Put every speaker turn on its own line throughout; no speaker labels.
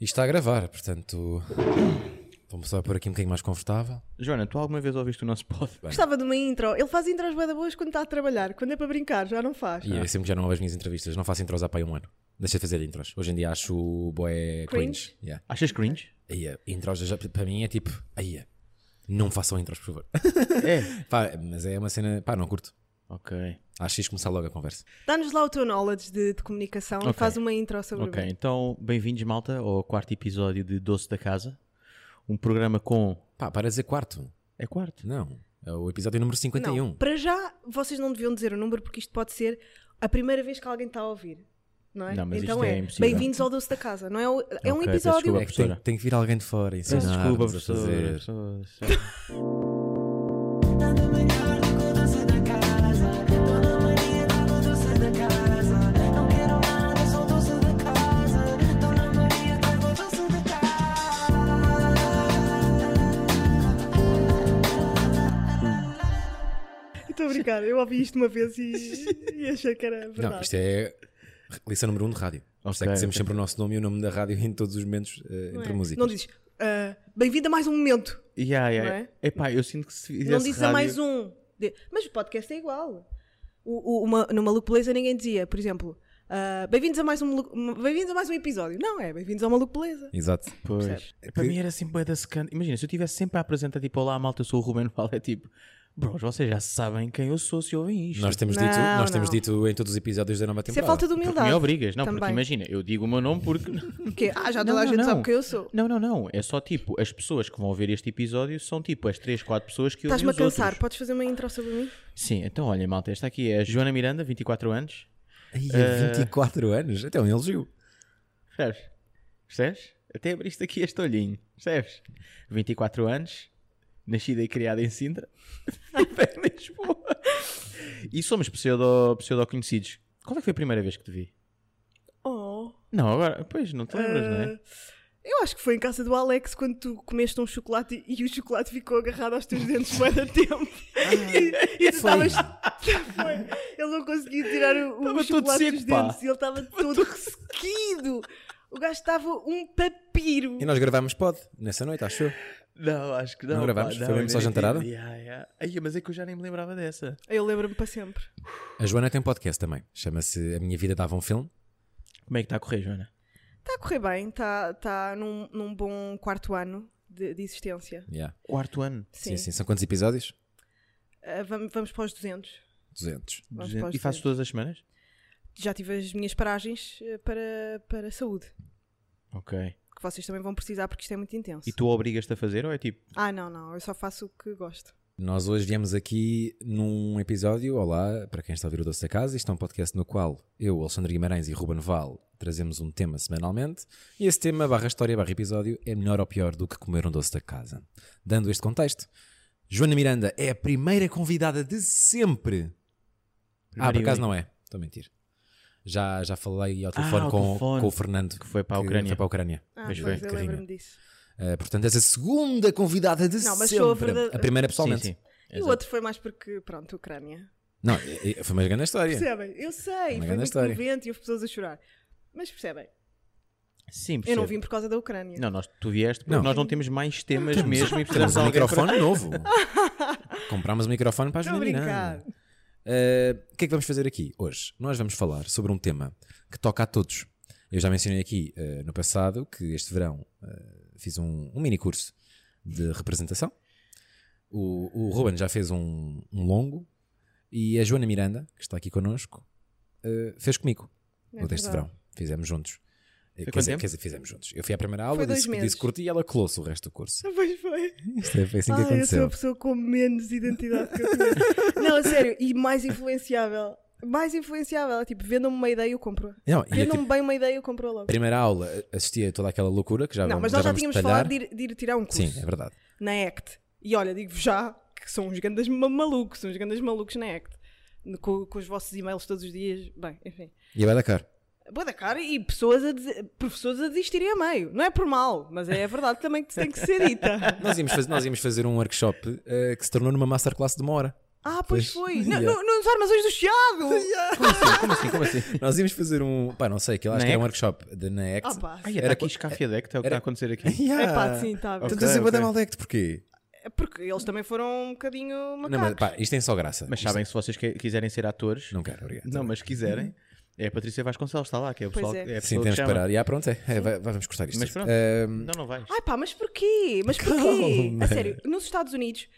Isto está a gravar, portanto. Vamos só pôr aqui um bocadinho mais confortável.
Joana, tu alguma vez ouviste o nosso pod?
Gostava de uma intro. Ele faz intros bué da boas quando está a trabalhar. Quando é para brincar, já não faz.
E eu sempre que já não ouvo as minhas entrevistas. Não faço intros há pai um ano. Deixa de fazer intros. Hoje em dia acho o boé cringe.
Cringe?
Yeah.
Achas cringe?
Aí, eh, intros já, para mim é tipo. Aí, eh, não façam intros, por favor.
É.
Pá, mas é uma cena. Pá, não curto.
Ok.
Acho que começar logo a conversa.
Dá-nos lá o teu knowledge de, de comunicação
Ok.
e faz uma intro sobre
Ok,
mim.
então bem-vindos, malta, ao quarto episódio de Doce da Casa. Um programa com.
Pá, para de dizer quarto.
É quarto?
Não. É o episódio número 51.
Não, para já, vocês não deviam dizer o número porque isto pode ser a primeira vez que alguém está a ouvir. Não é?
Não, mas
então
isto é impossível.
Bem-vindos ao Doce da Casa. Não é, o- é um
Ok, peço
episódio.
desculpa.
É que tem,
professora.
tem que vir alguém de fora ensinar
Peço desculpa,
a fazer.
professor. Só-
Nada melhor do que o doce da casa. Dona Maria dá o doce da casa. Não quero nada, sou doce da casa. Dona Maria dá o doce da casa.
Estou a brincar. Eu ouvi isto uma vez e, e achei que era verdade.
Não, isto é lição número 1 um de rádio. Por isso é que
Ok,
dizemos
ok.
sempre o nosso nome e o nome da rádio em todos os momentos eh,
Não
entre
é?
músicas.
Não dizes, ah, bem-vindo a mais um momento.
Yeah, yeah.
Não
Epá, eu sinto que se fizesse
é? não dizes a
rádio-
mais um. De- Mas o podcast é igual. O, o, uma, no Maluco Beleza ninguém dizia, por exemplo, ah, bem-vindos a, mais um, maluco- bem-vindos a mais um episódio. Não, é bem-vindos ao Maluco Beleza.
Exato.
Pois. É
Percebe?
Para mim era sempre bué da secante. Imagina, se eu estivesse sempre a apresentar tipo, olá malta, eu sou o Ruben Val, é tipo, bros, vocês já sabem quem eu sou se ouvem isto.
Nós temos,
Não,
dito, nós
não.
temos dito em todos os episódios da nova
Isso é
temporada.
falta de
Porque me
humildade.
obrigas, não, porque
Também.
imagina, eu digo o meu nome porque.
Porque, ah, já toda
Não,
a
não,
gente
não.
sabe quem eu sou.
não, não, não. É só tipo, as pessoas que vão ver este episódio são tipo as 3, 4 pessoas que eu
Estás-me a
os outros.
cansar, podes fazer uma intro sobre mim?
Sim, então olha, malta, esta aqui é a Joana Miranda, 24 anos.
Ai,
Eh,
é 24 anos. Até um elogio.
Percebes? Percebes? Até abriste aqui este olhinho. Percebes? 24 anos, nascida e criada em Sintra, vive em Lisboa. E somos pseudo, pseudo-conhecidos. Qual é que foi a primeira vez que te vi?
Oh.
Não, agora, pois, não te lembras, não é?
Ah, Eu acho que foi em casa do Alex quando tu comeste um chocolate e, e o chocolate ficou agarrado aos teus dentes por muito tempo. e, e tu estavas. Foi. Ele não conseguia tirar o, o
Estava todo
chocolate dos
seco, pá.
dentes e ele estava todo ressequido. O gajo estava um papiro.
E nós gravámos pod nessa noite, achou?
Não, acho que não.
Não gravámos? Foi mesmo só jantarada?
Yeah, yeah. Ai, mas é que eu já nem me lembrava dessa.
Eu lembro-me para sempre.
A Joana tem podcast também. Chama-se A Minha Vida Dava um Filme.
Como é que está a correr, Joana?
Está a correr bem, está tá num, num bom quarto ano de, de existência.
Yeah.
Quarto ano.
Sim. sim,
Sim.
São quantos episódios?
Ah, vamos, vamos para os 200.
200.
Vamos
Duzen-
para os
E fazes
200.
todas as semanas?
Já tive as minhas paragens eh, para, para a saúde.
Ok.
que vocês também vão precisar porque isto é muito intenso.
E tu obrigas-te a fazer ou é tipo,
Ah, não, não, eu só faço o que gosto.
Nós hoje viemos aqui num episódio, olá, para quem está a ouvir o Doce da Casa, isto é um podcast no qual eu, Alexandre Guimarães e Ruben Val trazemos um tema semanalmente e esse tema, barra história, barra episódio, é melhor ou pior do que comer um doce da casa. Dando este contexto, Joana Miranda é a primeira convidada de sempre. ah, por
Primeira e
acaso
única. Ah,
não é, estou a mentir. Já, já falei ao telefone,
ao
com,
telefone.
com o Fernando,
Que foi para a Ucrânia.
Foi para a Ucrânia.
Ah,
Pois
pois,
bem,
eu
carrinho.
lembro-me disso.
Eh, portanto, és a segunda convidada de
Não, mas
sempre.
sou a verdade-
A primeira pessoalmente.
Sim, sim.
E o outro foi mais porque, pronto, Ucrânia.
Não, eh, eh, foi uma grande história.
Percebem? Eu sei,
É Uma
foi
grande
muito
história.
comovente e houve pessoas a chorar. Mas percebem,
Sim,
eu não
percebo.
vim por causa da Ucrânia.
Não, nós, tu vieste porque
Não.
nós não temos mais temas mesmo e
Temos
precisamos de
um
alguém para-
microfone novo. Comprámos um microfone para a
Estou a
Joana
brincar.
Miranda. Uh, O que é que vamos fazer aqui hoje? Nós vamos falar sobre um tema que toca a todos. Eu já mencionei aqui uh, no passado que este verão uh, fiz um, um mini curso de representação. O, o Ruben já fez um, um longo e a Joana Miranda, que está aqui connosco, uh, fez comigo
É
o deste
verdade.
verão. Fizemos juntos. Eh, Quer
quanto
dizer,
tempo?
quer dizer, fizemos juntos. Eu fui à primeira aula,
Foi dois
disse,
meses.
disse que curti e ela colou-se o resto do curso.
Pois foi.
Isto é, foi assim que
Ai, Ah, eu sou
aconteceu.
a pessoa com menos identidade que eu conheço. não, a sério, e mais influenciável. Mais influenciável. Tipo, vendam-me uma ideia, eu compro.
Não, e a
Vendam-me bem uma ideia, eu compro logo.
primeira aula eh, assisti a toda aquela loucura que já
Não,
vamos,
mas nós já
vamos
tínhamos
detalhar.
falado de ir, de ir tirar um curso.
Sim, é verdade.
na ACT. E olha, digo-vos já que são uns grandes ma- malucos, são uns grandes malucos na ACT. No- Com, com os vossos e-mails todos os dias. Bem, enfim.
E é vai dar cara.
Boa da cara e pessoas a dese- professores a desistirem a meio. Não é por mal, mas é a verdade também que tem que ser dita.
Nós íamos, fazer, nós íamos fazer um workshop eh, que se tornou numa masterclass de uma hora.
Ah, pois,
Pois,
foi. Não,
yeah.
no- nos armazões do Chiado!
Como assim? Como assim? Como assim?
Nós íamos fazer um. Pá, não sei, aquilo acho
Na
que era um
Ex?
workshop de, na Ex.
Ah, pá.
Ai,
Era
está aqui
co-
escafiadecto, é o que está a acontecer aqui.
Yeah. Então,
É pá, sim, tá. bem.
Tu
Ok,
estás a
ok.
bater maldecto, porquê?
É Porque eles também foram um bocadinho
Não, mas
macacos.
pá, isto tem só graça.
Mas
Isto-
sabem, se vocês que- quiserem ser atores,
Não então. quero, obrigado.
não, mas quiserem, é a Patrícia Vasconcelos, está lá, que é o
Pois
pessoal
é.
é. a pessoa
Sim,
que
temos que
chama.
parar. Já, pronto, é. É, vai- vai- vamos cortar isto.
Mas pronto.
Ahm,
Não, não vais.
Ai pá, mas porquê? Mas porquê?
Calma.
A sério, nos Estados Unidos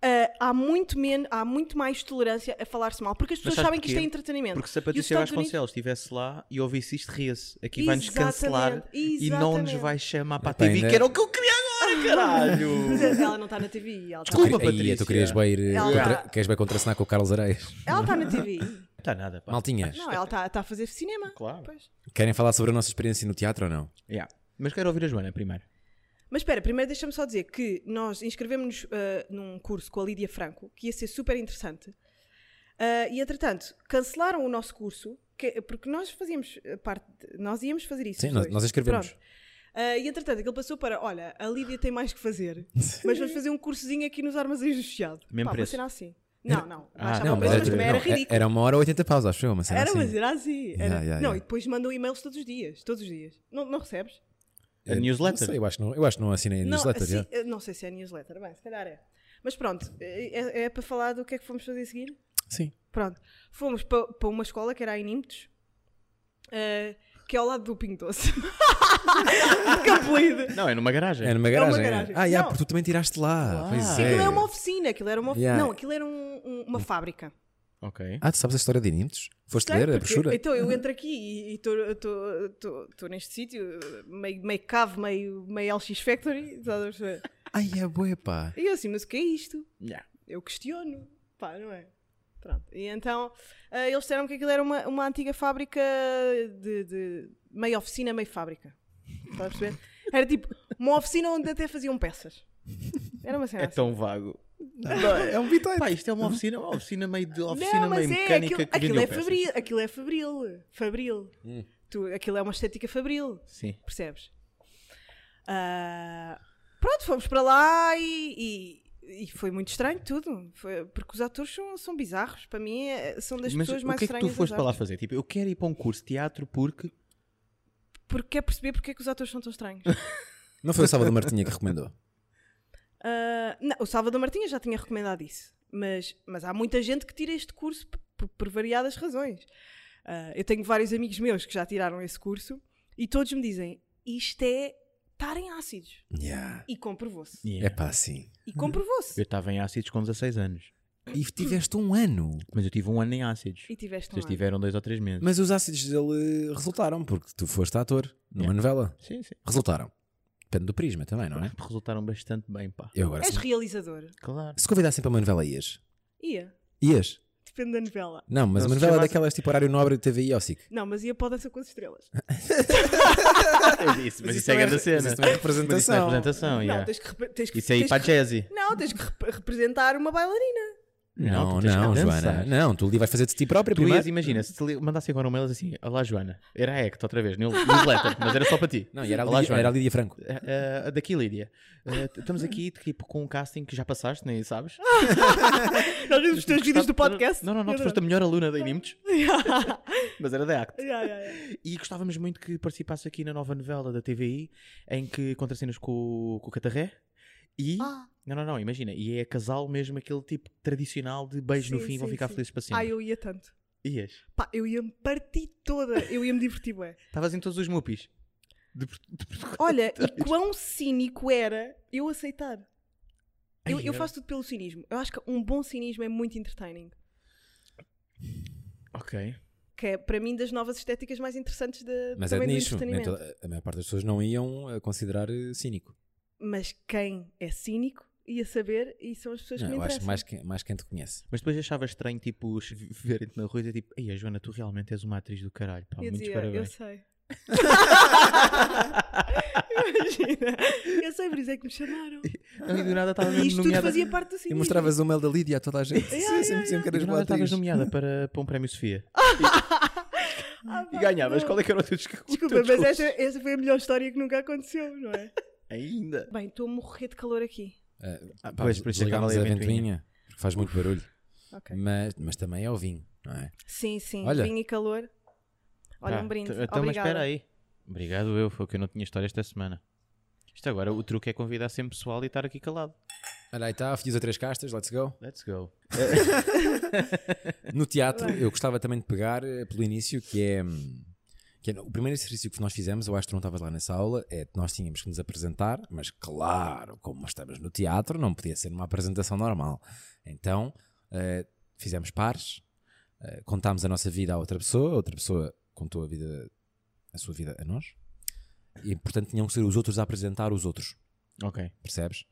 ah, há, muito men há muito mais tolerância a falar-se mal, porque as pessoas
sabes
sabem que isto é
porquê?
entretenimento.
Porque se a
E os
Patrícia
Estados Unidos-
Vasconcelos estivesse lá e ouvisse isto, ria-se. Aqui vai-nos cancelar
Exatamente,
e não nos
exatamente.
vai chamar para a
Pá,
TV,
ainda- é-
que era o que eu queria agora, caralho!
Mas Ela não está na TV, ela tá- está
Desculpa.
tu, queri- aí, é,
Patrícia.
tu querias bem, ir,
Ela
contra,
tá-
queres bem contracenar com o Carlos Areias.
ela tá na TV.
Não está nada, pá.
Maltinha,
Não, ela está tá a fazer cinema.
Claro.
Pois.
querem falar sobre a nossa experiência no teatro ou não?
Yeah. Mas quero ouvir a Joana primeiro.
Mas espera, primeiro deixa-me só dizer que nós inscrevemos-nos ah, num curso com a Lídia Franco, que ia ser super interessante. Ah, e entretanto, cancelaram o nosso curso, que- porque nós fazíamos ah, parte, de- nós íamos fazer isso.
Sim,
os
nós-
dois.
nós escrevemos.
Pronto. Ah, e entretanto, aquilo passou para: olha, a Lídia tem mais que fazer, mas vamos fazer um cursozinho aqui nos armazéns do Chiado.
Mesmo
Pá,
preço.
Uma cena assim. Não, não.
Ah,
baixava
não,
o
mas
preço,
era
mas também era
É. não, é,
ridículo.
era uma hora 80 paus, acho eu, uma cena
Era,
assim.
mas era assim. Era-
Yeah, yeah,
não,
yeah.
e depois mandam e-mails todos os dias. Todos os dias. Não, não recebes?
A newsletter.
É, Não sei, eu acho que não, eu acho que não assinei a
não,
É newsletter.
assim,
já.
eh, não sei se é newsletter. Bem, se calhar é. Mas pronto, é, é- é para falar do que é que fomos fazer a seguir?
Sim.
Pronto. Fomos para, para uma escola que era a Inimptos, eh, que é ao lado do Pinho Doce. que apelido!
Não, é numa garagem.
É numa
É uma
garagem. é.
garagem.
Ah, já,
Não.
porque tu também tiraste lá.
Ah.
Pois
Sim,
é.
Aquilo era uma oficina, aquilo era uma oficina.
Yeah.
Não, aquilo era um- um- uma fábrica.
Ok.
Ah, tu sabes a história de Inimptos? Foste
Sei,
ler a
porque-
é brochura?
Então eu entro aqui e estou neste sítio, meio, meio cave, meio, meio LX Factory. estás a perceber?
Ai, é bué, pá.
E eu assim, mas o que é isto?
Yeah.
Eu questiono, pá, não é? Pronto. E então ah, eles disseram que aquilo era uma, uma antiga fábrica de, de meio oficina, meio fábrica. Estás a perceber? Era tipo uma oficina onde até faziam peças. Era uma cena
É
assim.
tão vago.
É um vitória.
Pá, isto é uma oficina, uma oficina meio de oficina meio mecânica
é, aquilo,
que
aquilo
vendeu
é
peças.
fabril, aquilo é fabril, fabril.
Hum.
Tu, aquilo é uma estética fabril.
Sim.
percebes? Ah, pronto, fomos para lá e, e- e foi muito estranho tudo, Foi- porque os atores são, são bizarros, para mim é- são das
Mas
pessoas
o
mais
que é que
estranhas.
tu foste
das
para lá
artes.
fazer? Tipo, eu quero ir para um curso de teatro porque.
Porque quer perceber porque é que os atores são tão estranhos.
Não foi o Salvador Martinha que recomendou?
Ah, não, o Salvador Martinha já tinha recomendado isso, mas, mas há muita gente que tira este curso p- por, por variadas razões. Ah, eu tenho vários amigos meus que já tiraram esse curso e todos me dizem: isto é estar em ácidos.
Yeah.
E comprovou-se.
É pá, sim.
E comprovou-se.
Eu estava em ácidos com 16 anos.
E tiveste um ano.
Mas eu tive um ano em ácidos.
E tiveste um
Vocês
ano.
tiveram dois ou três meses.
Mas os ácidos dele resultaram, porque tu foste ator numa
Yeah.
novela.
Sim, sim.
Resultaram. Depende do prisma também, não é?
Resultaram bastante bem, pá.
Eu agora.
És
Se,
realizador.
Claro.
se convidassem para uma novela, ias?
Ia.
Ias?
Depende da novela.
Não, mas
Não,
uma
se
novela
chamasse-
daquelas tipo horário nobre de TVI ou SIC.
Não, mas ia para o Dança com as Estrelas.
Eu disse, mas isso é grande cena.
Mas isso não é
Mas isso não é
representação.
apresentação,
Não,
yeah.
tens que, repre- tens que-
Isso é ir
tens
para a
que-
Jazzy.
Não, tens que rep- representar uma bailarina.
Não,
tu tens que
não,
dançar.
Joana. Não, tu ali vais fazer de ti própria
Tu
primeiro.
ias, imagina, se te li- mandasse agora um mail assim, olá Joana, era a Ecta outra vez, newsletter, mas era só para ti.
Não, e era a
Olá,
Lídia,
Joana.
era a Lídia Franco.
Eh, eh, daqui, Lídia. Eh, t- estamos aqui tipo, com um casting que já passaste, nem sabes?
Nós vimos os teus vídeos do podcast.
Não, não, não, tu foste a melhor aluna da Inimtes, mas era da Act.
Ya, ya, ya.
E gostávamos muito que participasse aqui na nova novela da TVI, em que contracenas com, o- com o Catarré. E.
Ah.
Não, não, não, imagina. E é casal mesmo, aquele tipo tradicional de beijo no
Sim,
fim e vão
sim,
ficar
sim.
felizes para sempre.
Ah, eu ia tanto.
Ias.
Pá, eu ia-me partir toda. Eu ia-me divertir, ué.
Estavas em todos os mupis. De Port- de Portugal.
Olha, e quão cínico era eu aceitar. Eu,
Ai,
eu
era-
faço tudo pelo cinismo. Eu acho que um bom cinismo é muito entertaining.
Ok.
Que é, para mim, das novas estéticas mais interessantes de,
Mas é de
também do
nicho. Nem
entretenimento.
toda- a maior parte das pessoas não iam a considerar eh, cínico.
mas quem é cínico ia saber e são as pessoas
Não,
que me
eu acho
interessam.
mais quem, mais quem te conhece.
Mas depois achavas estranho, tipo, os- verem-te na rua e tipo, ei, Joana, tu realmente és uma atriz do caralho. Pá,
eu
muitos
dizia, eu
parabéns.
sei. Imagina, eu sei, por isso é que me chamaram.
Não, e do nada estava
E isto
mesmo
tudo
nomeada.
fazia parte do cinismo.
E mostravas o mail da Lídia a toda a gente. Sim, sempre diziam que
E
eras boa
do nada estavas
atriz.
nomeada para, para um prémio Sofia.
Ah,
E
pá,
ganhavas.
não.
Qual é que era o teu desculpa?
Desculpa, mas esta, esta foi a melhor história que nunca aconteceu, não é?
Ainda.
Bem, estou a morrer de calor aqui.
Ah, pá,
pois, por isso é que
desligámos
estava ali a
a ventoinha. porque Faz muito barulho.
Ok.
Mas, mas também é o vinho, não é?
Sim, sim.
Olha.
Vinho e calor. Olha,
Ah,
um brinde.
t- Então, mas
Obrigada.
espera aí. Obrigado eu, foi que eu não tinha história esta semana. Isto agora, o truque é convidar sempre pessoal e estar aqui calado.
Olha, aí está, fiz a três castas, let's go.
Let's go.
No teatro, eu gostava também de pegar eh, pelo início, que é. hum, Que é- o primeiro exercício que nós fizemos, eu acho que tu não estavas lá nessa aula, é que nós tínhamos que nos apresentar, mas claro, como nós estamos no teatro, não podia ser uma apresentação normal. Então, eh, fizemos pares, eh, contámos a nossa vida à outra pessoa, a outra pessoa contou a vida, a sua vida a nós, e portanto tinham que ser os outros a apresentar os outros.
Ok.
Percebes?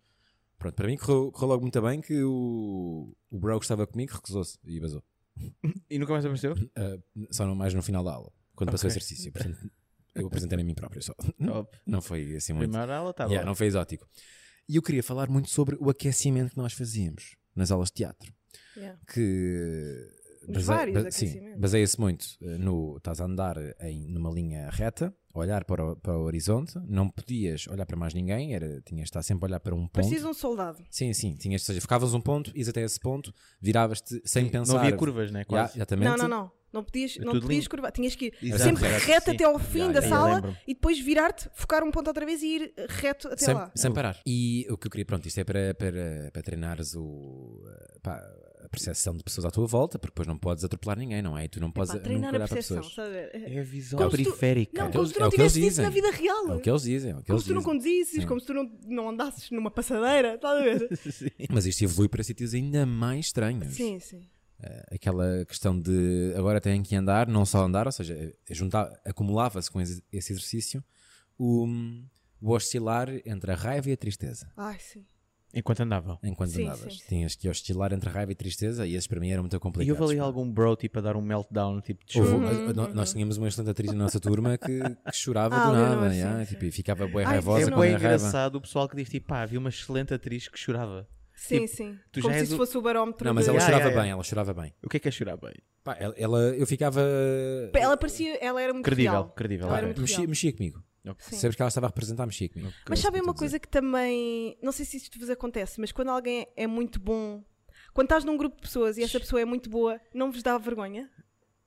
Pronto, para mim correu, correu logo muito bem que o, o bro que estava comigo recusou-se e basou.
E nunca mais apareceu?
Só no, mais no final da aula, quando passou o
Ok.
exercício. Portanto, eu apresentei a mim próprio só.
Top. tá
Não foi assim muito.
Primeira aula estava.
Yeah, não foi exótico. E eu queria falar muito sobre o aquecimento que nós fazíamos nas aulas de teatro.
Yeah.
Que
Os vários
sim,
aquecimentos.
baseia-se muito eh, no. Estás a andar em, numa linha reta, olhar para o, para o horizonte, não podias olhar para mais ninguém, era, tinhas de estar sempre a olhar para um ponto.
Parecia um soldado.
Sim, sim, tinhas, ou seja, ficavas um ponto, ias até esse ponto, viravas-te sem pensar.
Não havia curvas, né?
Yeah,
Quase.
exatamente.
Não, não, não. Não podias, não
É tudo
podias
limpo.
curvar. Tinhas que ir
Exato,
sempre
exato,
reto
sim.
até ao fim
Yeah, yeah,
da
eu
sala
lembro-me.
e depois virar-te, focar um ponto outra vez e ir reto até
Sem,
lá.
sem parar. E o que eu queria, pronto, isto é para, para, para treinares o, eh, pá, a percepção de pessoas à tua volta, porque depois não podes atropelar ninguém, não é? E tu não podes
Pá,
nunca
treinar a
olhar para
percepção,
pessoas.
estás a ver?
É a visão
Como se tu-
periférica.
Não,
É o
como
que
se tu não
eles- é o que eles
tivesse isso na
dizem.
vida real.
É o que eles dizem, é o que
como
eles
se tu não
dizem.
conduzisses,
Sim.
como se tu não, não andasses numa passadeira, estás a ver?
Mas isto evolui para sítios ainda mais estranhos.
sim, sim.
Aquela questão de agora têm que andar, não só andar, ou seja, eh, juntar- acumulava-se com esse esse exercício o, o oscilar entre a raiva e a tristeza.
Ai, sim.
Tipo,
Enquanto andavam.
enquanto
Sim,
andavas.
sim, sim.
Tinhas que oscilar entre raiva e tristeza e esses para mim eram muito
E
complicados.
houve ali algum bro tipo a dar um meltdown, tipo de
Houve-
choro.
Uhum.
nós- nós- Nós tínhamos uma excelente atriz na nossa turma que, que chorava
Ah,
do
Leonor,
nada
sim,
yeah,
sim.
tipo, e ficava bem
Ai,
raivosa
sim.
É
quando
bem
era raiva.
engraçado o pessoal que diz tipo, pá, havia uma excelente atriz que chorava.
Sim, sim.
tu já
Como se
és
isso
o-
fosse o barómetro.
Não, mas
de-
ela
Yeah,
chorava
yeah,
bem, ela chorava bem.
O que é que é chorar bem?
Pá, ela, ela- eu ficava.
Ela parecia, ela era muito
Credível,
real.
credível.
Ela
Pá,
era muito
mexia,
real.
mexia comigo.
Sim.
Sabes que ela estava a representar, mexia comigo.
Mas
É isso que
sabem
eu
uma
estou a dizer.
coisa que também. Não sei se isto vos acontece, mas quando alguém é muito bom. Quando estás num grupo de pessoas e essa pessoa é muito boa, não vos dá vergonha?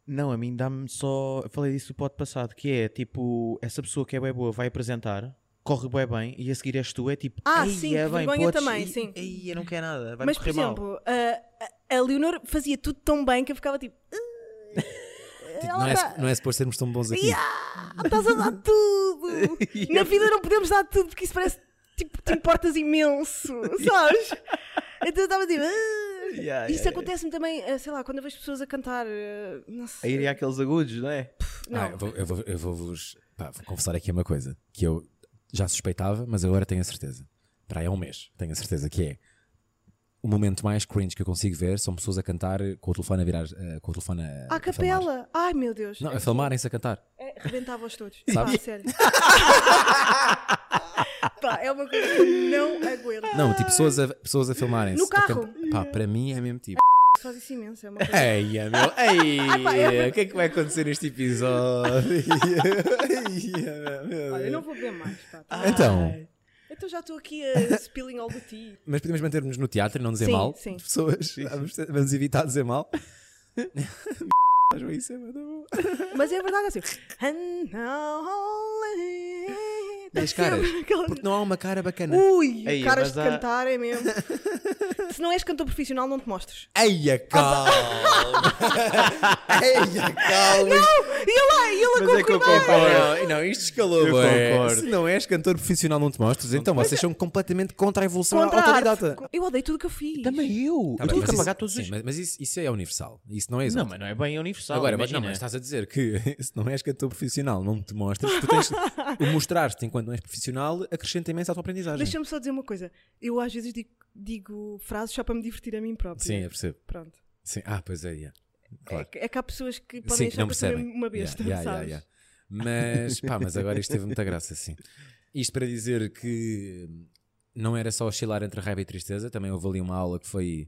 Não, a mim dá-me só. Eu falei disso no pod passado, que é tipo, essa pessoa que é bem boa vai apresentar, corre bem bem, e a seguir és tu, é tipo,
Ah,
"Ei,
sim,
é
que
bem,
vergonha
podes-
também,
ei,
sim.
Ei, eu não quero nada, vai
mas, por
correr mal.
exemplo, a- a, a Leonor fazia tudo tão bem que eu ficava tipo.
Tipo,
Ela
Não é,
tá-
sup- não é suposto sermos tão bons aqui.
"Ah, Estás a dar tudo! Na vida não podemos dar tudo, porque isso parece. Tipo, te importas imenso, sabes? Então eu estava tipo. "Ah".
Yeah,
Isso
yeah,
acontece-me também, eh, sei lá, quando eu vejo pessoas a cantar. eh, Não
A ir
sei.
àqueles agudos, não é?
Não.
Ah, eu vou- eu vou- eu vou-vos pá, vou confessar aqui uma coisa que eu já suspeitava, mas agora tenho a certeza. Para aí há um mês, tenho a certeza que é o momento mais cringe que eu consigo ver são pessoas a cantar com o telefone a virar, eh, com o telefone a,
À
a filmar.
capela! Ai meu Deus!
Não, a filmarem-se a cantar.
É, rebentava-os todos.
Sabes?
Pá, sério. Pá, é uma coisa que eu não aguento.
Não, tipo pessoas a, pessoas a filmarem-se.
No
a
carro.
canta- Pá, para mim é mesmo tipo.
Faz isso imenso, é uma coisa.
Ei, meu, ei, o que é que vai acontecer neste episódio?
Olha, eu não vou beber mais, pá. tá?
Então,
Então já estou aqui a spilling all the tea.
mas podemos manter-nos no teatro e não dizer
Sim,
mal
sim.
de pessoas. Vamos, vamos evitar dizer mal. Faz-me isso, é muito bom.
Mas é verdade assim. And now only-
E as caras?
Sempre aquela-
Porque né? não há uma cara bacana.
Ui,
Aí,
caras
mas
de
há-
cantar é mesmo. Se não és cantor profissional, não te mostres.
Eia, calma! Eia, calma!
E eu lá, e ele
Mas é que eu concordo.
Não, não, isto escalou,
Eu
bué. Se
concordo.
não és cantor profissional, não te mostras. Então vocês são completamente contra a evolução
contra a
autodidata.
arte. Eu odeio tudo o que eu fiz.
Tá
Também eu! eu tive que apagar todos
sim,
os.
mas, mas isso, isso é universal. Isso não é
Não,
exato.
mas não é bem universal.
Agora, mas,
imagina.
não, mas estás a dizer que se não és cantor profissional, não te mostras. Tu tens o mostrar-te enquanto não és profissional acrescenta imenso à tua aprendizagem.
Deixa-me só dizer uma coisa. Eu às vezes digo, digo frases só para me divertir a mim própria.
Sim, eu percebo.
Pronto.
Sim. Ah, pois é, yeah.
É,
claro.
que- é que há pessoas que podem
Sim, que
achar
não
que eu sou
percebem.
uma besta,
Yeah, yeah,
sabes?
yeah, yeah. Mas, pá, mas agora isto teve muita graça, sim. Isto para dizer que hum, não era só oscilar entre raiva e tristeza, também houve ali uma aula que foi,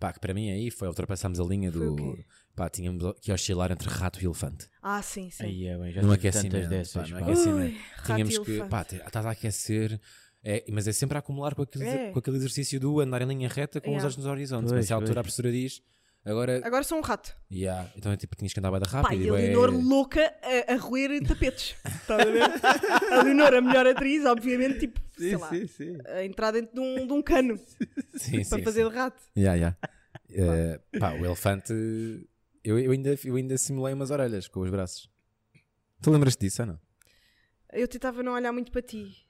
pá, que para mim aí foi ultrapassámos a linha
Foi o
do,
quê?
pá, tínhamos que oscilar entre rato e elefante.
Ah, sim, sim.
Aí é bem, já
tá Não
tive
aquecimento,
tantas
pá,
dessas.
não
pá. é?
aquecimento.
Ui, rato
Tínhamos
e
que,
elefante.
pá, te- estás a aquecer, é, mas é sempre a acumular com aquele,
É.
com aquele exercício do andar em linha reta com os
Yeah.
olhos nos horizontes.
Pois,
mas a altura
pois.
a professora diz, Agora,
Agora sou um rato.
yeah, então é tipo, tinhas que andar bem da rápida.
Ah, Pá, e
e é
a
bué-
Leonor louca a, a roer tapetes. Estás a ver? A Leonor, a melhor atriz, obviamente, tipo, sei lá,
sim, sim.
a entrar dentro de um, de um cano
Sim,
para
sim,
fazer de rato.
Yeah, yeah. Eh, pá, o elefante. Eu, eu, ainda, eu ainda simulei umas orelhas com os braços. Tu lembras-te disso ou não?
Eu tentava não olhar muito para ti.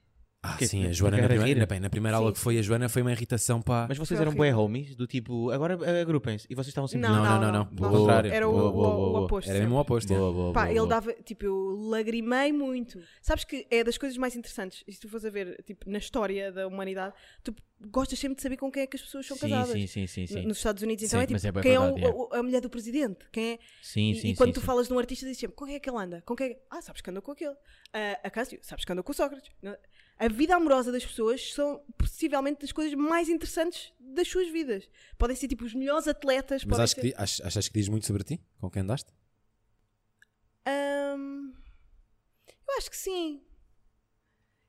Ah,
Que-
sim, a Joana
porque
na
era
primeira,
rir.
na, bem, na primeira aula
Sim.
que foi, a Joana foi uma irritação pá.
Mas vocês
Foi
eram bué homies, do tipo, agora eh, agrupem-se. E vocês estavam sempre
Não,
juntos.
não, não, não.
não.
O contrário.
Era o,
Boa, boa,
o- o
boa, boa.
oposto.
Era mesmo o
sempre.
oposto.
Boa,
yeah.
boa,
Pá,
boa,
ele
boa.
dava, tipo, eu lagrimei muito. Sabes que é das coisas mais interessantes, e se tu fores a ver, tipo, na história da humanidade, tu gostas sempre de saber com quem é que as pessoas são casadas.
Sim, sim, sim, sim.
No-
sim.
Nos Estados Unidos,
Sim,
então, é
mas
tipo,
é bué
quem é,
verdade,
o- o- a mulher do presidente? Quem é,
Sim,
E-
sim,
e quando
sim,
tu
sim.
falas de um artista, dizes sempre: com quem é que ele anda? Com quem é que... Ah, sabes que anda com aquele. Ah, a Cássio, sabes que anda com o Sócrates. Não- A vida amorosa das pessoas são possivelmente das coisas mais interessantes das suas vidas. Podem ser tipo os melhores atletas.
Mas
podem
acho
ser...
que, di- ach- achas que diz muito sobre ti? Com quem andaste?
Ahm, eu acho que sim.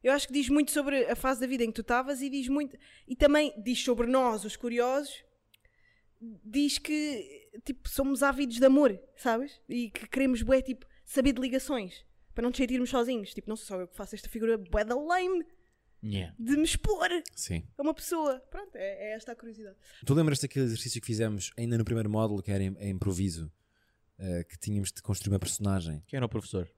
Eu acho que diz muito sobre a fase da vida em que tu estavas e diz muito. E também diz sobre nós, os curiosos. Diz que, tipo, somos ávidos de amor, sabes? E que queremos, bué, tipo, saber de ligações. Para não nos sentirmos sozinhos. Tipo, não sou só eu que faço esta figura bué da lame
Yeah.
de me expor a
Sim.
uma pessoa. Pronto, é, é esta a curiosidade.
Tu lembras daquele exercício que fizemos ainda no primeiro módulo, que era em, em improviso, eh, que tínhamos de construir uma personagem?
Quem era o professor?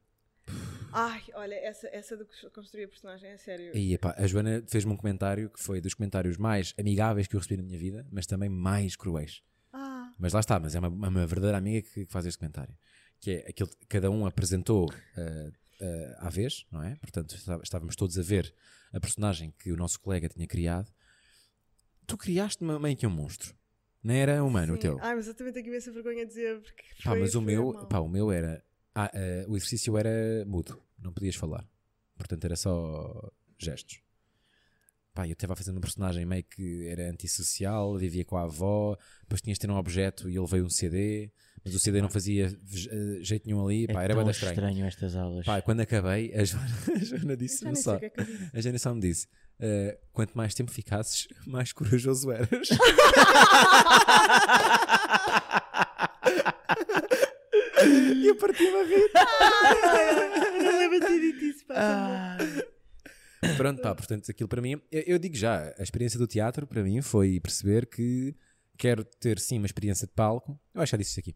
Ai, olha, essa, essa de construir a personagem, é sério.
E epá, a Joana fez-me um comentário que foi dos comentários mais amigáveis que eu recebi na minha vida, mas também mais cruéis.
Ah,
Mas lá está, mas é uma, é uma verdadeira amiga que, que faz este comentário. Que é aquele, cada um apresentou ah, ah, à vez, não é? Portanto, está- estávamos todos a ver a personagem que o nosso colega tinha criado. Tu criaste uma- meio que um monstro. Não era humano o
sim.
teu.
Ai, mas eu também tenho imensa vergonha de dizer. Porque
Pá,
foi-
mas o
foi
meu,
mal.
pá, o meu era. ah, ah, o exercício era mudo, não podias falar. Portanto, era só gestos. Pá, eu estava a fazer um personagem meio que era antissocial, vivia com a avó, depois tinhas de ter um objeto e ele veio um CD, mas o CD não fazia ve- eh, jeito nenhum ali, pá,
é
era
tão
bem estranho.
estas aulas.
Pá, quando acabei, a Joana, a Joana
Eu já
disse-me
nem sei
só,
o que é que eu disse.
a Joana só me disse, eh, quanto mais tempo ficasses, mais corajoso eras. e eu parti-me a rir.
Eu não lembro de ter dito isso, pá.
Ah,
Pronto, pá, portanto, aquilo para mim, eu, eu digo já, a experiência do teatro para mim foi perceber que quero ter sim uma experiência de palco. Eu acho que já disse isso aqui.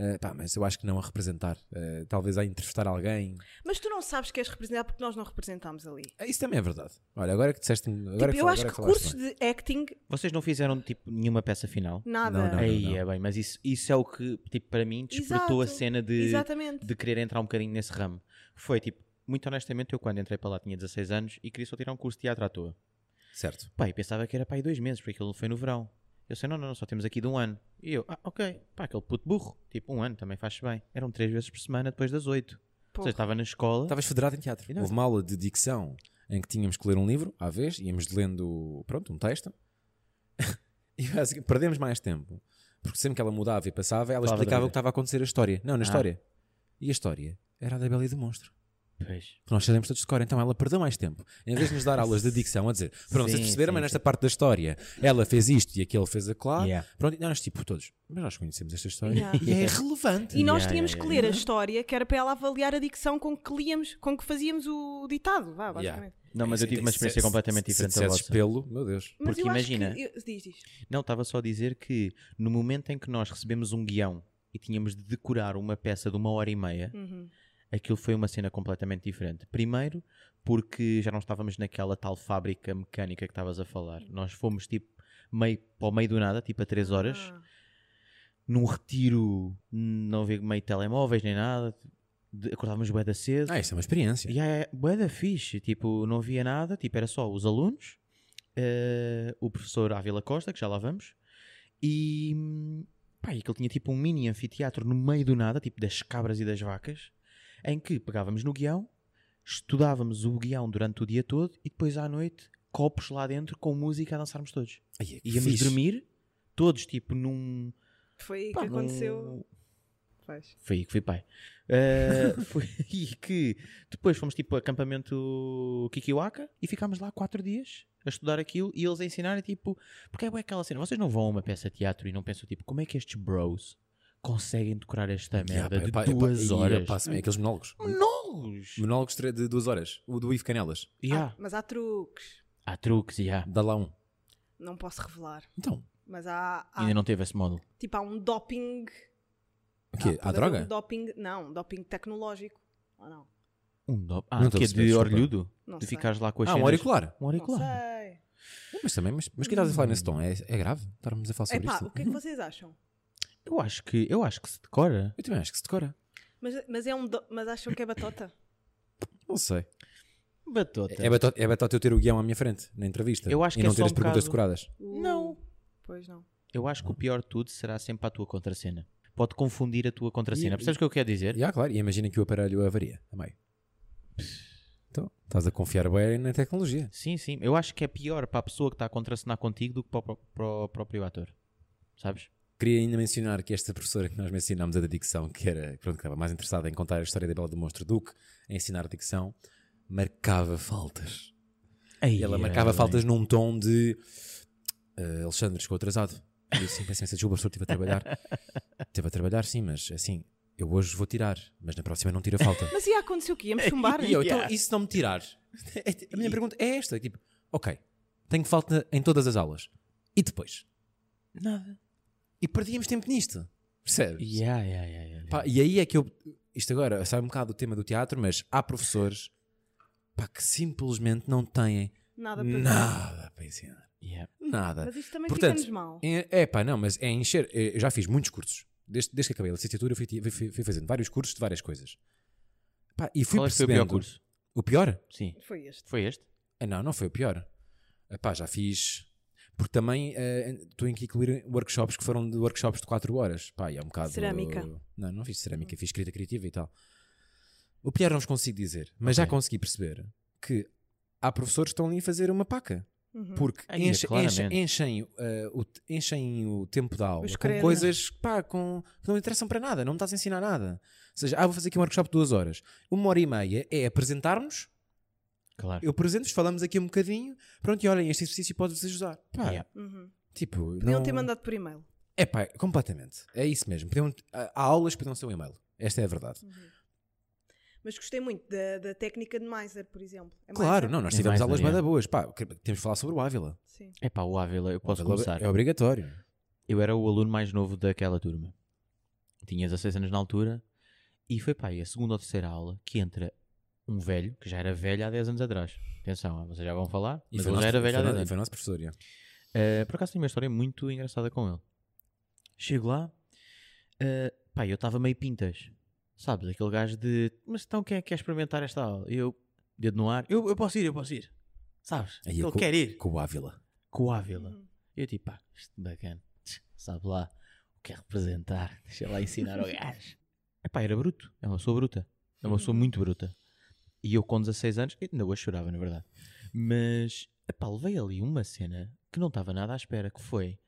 Eh, pá, mas eu acho que não a representar, Eh, talvez a entrevistar alguém.
Mas tu não sabes que és representado porque nós não representámos ali.
Eh, Isso também é verdade. Olha, agora que disseste. Agora é
Tipo,
que
eu
fal-
acho
agora
que
falaste
cursos
bem.
de acting,
vocês não fizeram tipo nenhuma peça final?
nada.
Não, não.
Aí é bem, mas isso, isso é o que tipo, para mim despertou
Exato,
a cena de,
Exatamente.
de querer entrar um bocadinho nesse ramo. Foi tipo, muito honestamente, eu quando entrei para lá tinha 16 anos e queria só tirar um curso de teatro à toa.
Certo.
Pá, e pensava que era para aí dois meses, porque aquilo foi no verão. Eu sei, não, não, não, só temos aqui de um ano. E eu, ah, ok, pá, aquele puto burro, tipo, um ano também faz bem. Eram três vezes por semana depois das oito. Ou
Porra.
seja, estava na escola.
Estavas federado em teatro.
E não.
Houve uma aula de dicção em que tínhamos que ler um livro à vez, íamos lendo, pronto, um texto. e basicamente, perdemos mais tempo. Porque sempre que ela mudava e passava, ela
Falava da
explicava
vida.
o que estava a acontecer a história. Não, na
Ah.
história. E a história era a da Bela e do Monstro.
Pois.
Porque nós sabemos todos de cor, então ela perdeu mais tempo. Em vez de nos dar aulas de dicção, a dizer, pronto, vocês
Sim,
perceberam,
sim,
mas nesta
sim.
parte da história ela fez isto e aquele fez aquilo.
Yeah.
Pronto, e nós, tipo, todos, mas nós conhecemos esta história
Yeah.
e é relevante.
E nós
Yeah,
tínhamos
yeah,
que ler a história que era para ela avaliar a dicção com que líamos, com que fazíamos o ditado, vá, basicamente.
Não, mas eu tive uma experiência completamente diferente
se
da
dissesses
vossa.
pelo, meu Deus.
Mas
Porque
eu acho
imagina-
que- eu- diz, diz.
Não, estava só a dizer que no momento em que nós recebemos um guião e tínhamos de decorar uma peça de uma hora e meia,
Uhum.
aquilo foi uma cena completamente diferente. Primeiro, porque já não estávamos naquela tal fábrica mecânica que estavas a falar. Nós fomos tipo meio para o meio do nada, tipo a três horas,
Ah.
num retiro, não havia meio telemóveis nem nada. De- acordávamos bué da cedo.
Ah, isso é uma experiência.
E é bué da fixe, tipo, não havia nada, tipo, era só os alunos, eh, o professor Ávila Costa, que já lá vamos, e pá, e aquilo tinha tipo um mini anfiteatro no meio do nada, tipo das cabras e das vacas, em que pegávamos no guião, estudávamos o guião durante o dia todo e depois à noite copos lá dentro com música a dançarmos todos.
Ai, é que
Íamos
fixe.
dormir, todos tipo num...
Foi aí
pá,
que
num-
aconteceu. Faz.
foi aí que fui pai. Ah, foi aí que depois fomos tipo acampamento Kikiwaka e ficámos lá quatro dias a estudar aquilo e eles a ensinarem, tipo, porque é bué aquela cena. Vocês não vão a uma peça de teatro e não pensam, tipo, como é que estes bros conseguem decorar esta merda
Yeah,
de
pá, eu pa- eu pa-
duas
e eu
horas? Hum.
passo-me aqueles monólogos.
Monólogos!
Monólogos tre- de duas horas. O do Ivo Canelas.
Yeah.
Ah, Mas há truques.
Há truques, yeah.
Dá lá um.
Não posso revelar.
Então,
Mas há, há-
Ainda não teve esse módulo.
tipo, há um doping.
o quê? Há
pode haver
droga? Ah,
Um doping, não, um doping tecnológico. Ou não?
Um do... Ah,
Não então tô a
que é
perceber,
de
desculpa.
orelhudo?
Não
De
sei.
ficares lá com as
Ah, um
cenas-
auricular.
Um
Não
auricular.
sei.
Mas também, mas, mas que estás a falar nesse tom? É, é grave estarmos a falar sobre
Epá,
isto?
o que é que vocês acham?
Eu acho que, eu acho que se decora.
Eu também acho que se decora.
Mas, mas, é um do- mas acham que é batota?
Não sei.
Batota.
É batota, é batota eu ter o guião à minha frente, na entrevista.
Eu acho
e
que é
não ter
só
as
um
perguntas
bocado-
decoradas.
Não.
Uh, Pois não.
Eu acho que o pior de tudo será sempre a tua contracena. Pode confundir a tua contracena.
E-
Percebes o que eu quero dizer?
E, ah, claro. E imagina que o aparelho avaria a meio. Então, estás a confiar bem na tecnologia.
Sim, sim. Eu acho que é pior para a pessoa que está a contracenar contigo do que para o, pró- para o próprio ator. Sabes?
Queria ainda mencionar que esta professora que nós mencionámos a da dicção, que era pronto, que estava mais interessada em contar a história da Bela do Monstro do que a ensinar a dicção, marcava faltas. E ela
Ai,
marcava
bem.
faltas num tom de "Ah, Alexandre chegou atrasado. E eu assim, peço imensa desculpa, professor, estive a trabalhar. Estive a trabalhar, sim, mas assim, eu hoje vou tirar, mas na próxima não tira falta.
Mas ia acontecer o quê? Íamos chumbar?
E eu, então,
Yeah.
e se não me tirar? A minha pergunta é esta: é tipo, ok, tenho falta em todas as aulas. E depois?
Nada.
E perdíamos tempo nisto. Percebes?
Yeah, yeah, yeah, yeah.
Pá, e aí é que eu. Isto agora sai um bocado do tema do teatro, mas há professores pá, que simplesmente não têm
Nada para
nada para ensinar.
Yeah.
Nada.
Mas isto também
Portanto,
fica-nos mal.
É, é pá, não, mas é encher. é, Eu já fiz muitos cursos. Desde, desde que acabei a licenciatura, eu fui, ti- fui- fui fazendo vários cursos de várias coisas. Pá, e fui
Qual é que foi o
percebendo.
pior curso?
O pior?
Sim.
Foi este.
Foi este?
Ah, não, não foi o pior. Ah, Pá, já fiz. Porque também eh, estou a incluir workshops que foram de workshops de 4 horas. Pá, e é um bocado.
Cerâmica.
Não, não fiz cerâmica, fiz escrita criativa e tal. O pior não vos consigo dizer, mas já
Ok.
consegui perceber que há professores que estão ali a fazer uma paca.
Uhum.
Porque
Ainda,
enche- enche-
é, claramente.
enchem, eh, o, te- enchem o tempo da aula
Os
com
credos.
coisas pá, com, que não interessam para nada, não me estás a ensinar nada. Ou seja, ah, vou fazer aqui um workshop de duas horas. Uma hora e meia é apresentarmos
Claro.
eu apresento-vos, falamos aqui um bocadinho, pronto, e olhem, este exercício pode-vos ajudar. Pá,
Yeah.
Uhum.
tipo,
Podiam
não...
ter mandado por e-mail.
É pá, completamente. É isso mesmo. Podiam... Há há aulas que podiam ser um e-mail. Esta é a verdade.
Mas gostei muito da, da técnica de Meiser, por exemplo. É
Claro,
Meiser?
não, nós
É
tivemos
mais
aulas
variado.
bada boas. Pá, que- temos de falar sobre o Ávila.
Sim.
É pá, o Ávila, eu posso
O Ávila
começar.
É obrigatório.
Eu era o aluno mais novo daquela turma. Tinha 16 anos na altura e foi pá, aí a segunda ou terceira aula que entra um velho, que já era velho há 10 anos atrás. Atenção, ah, vocês já vão falar, mas ele já era velho né? há
foi,
10
nosso,
anos.
foi nosso professor. é. já.
Eh, por acaso tenho uma história muito engraçada com ele. Chego lá, eh, pá, eu estava meio pintas. Sabes, aquele gajo de, mas então quem é que quer experimentar esta aula? Eu, dedo no ar, eu, eu posso ir, eu posso ir. Sabes,
Aí
ele
eu co-
quer ir
Com o Ávila.
com o Ávila.
Uhum.
Eu tipo, pá, isto bacana, tch, sabe lá o que é representar, deixa lá ensinar ao gajo. Epá, era bruto, é uma pessoa bruta, é uma
Uhum.
pessoa muito bruta. E eu com 16 anos, eu ainda hoje chorava na verdade, mas epá, levei ali uma cena que não estava nada à espera, que foi,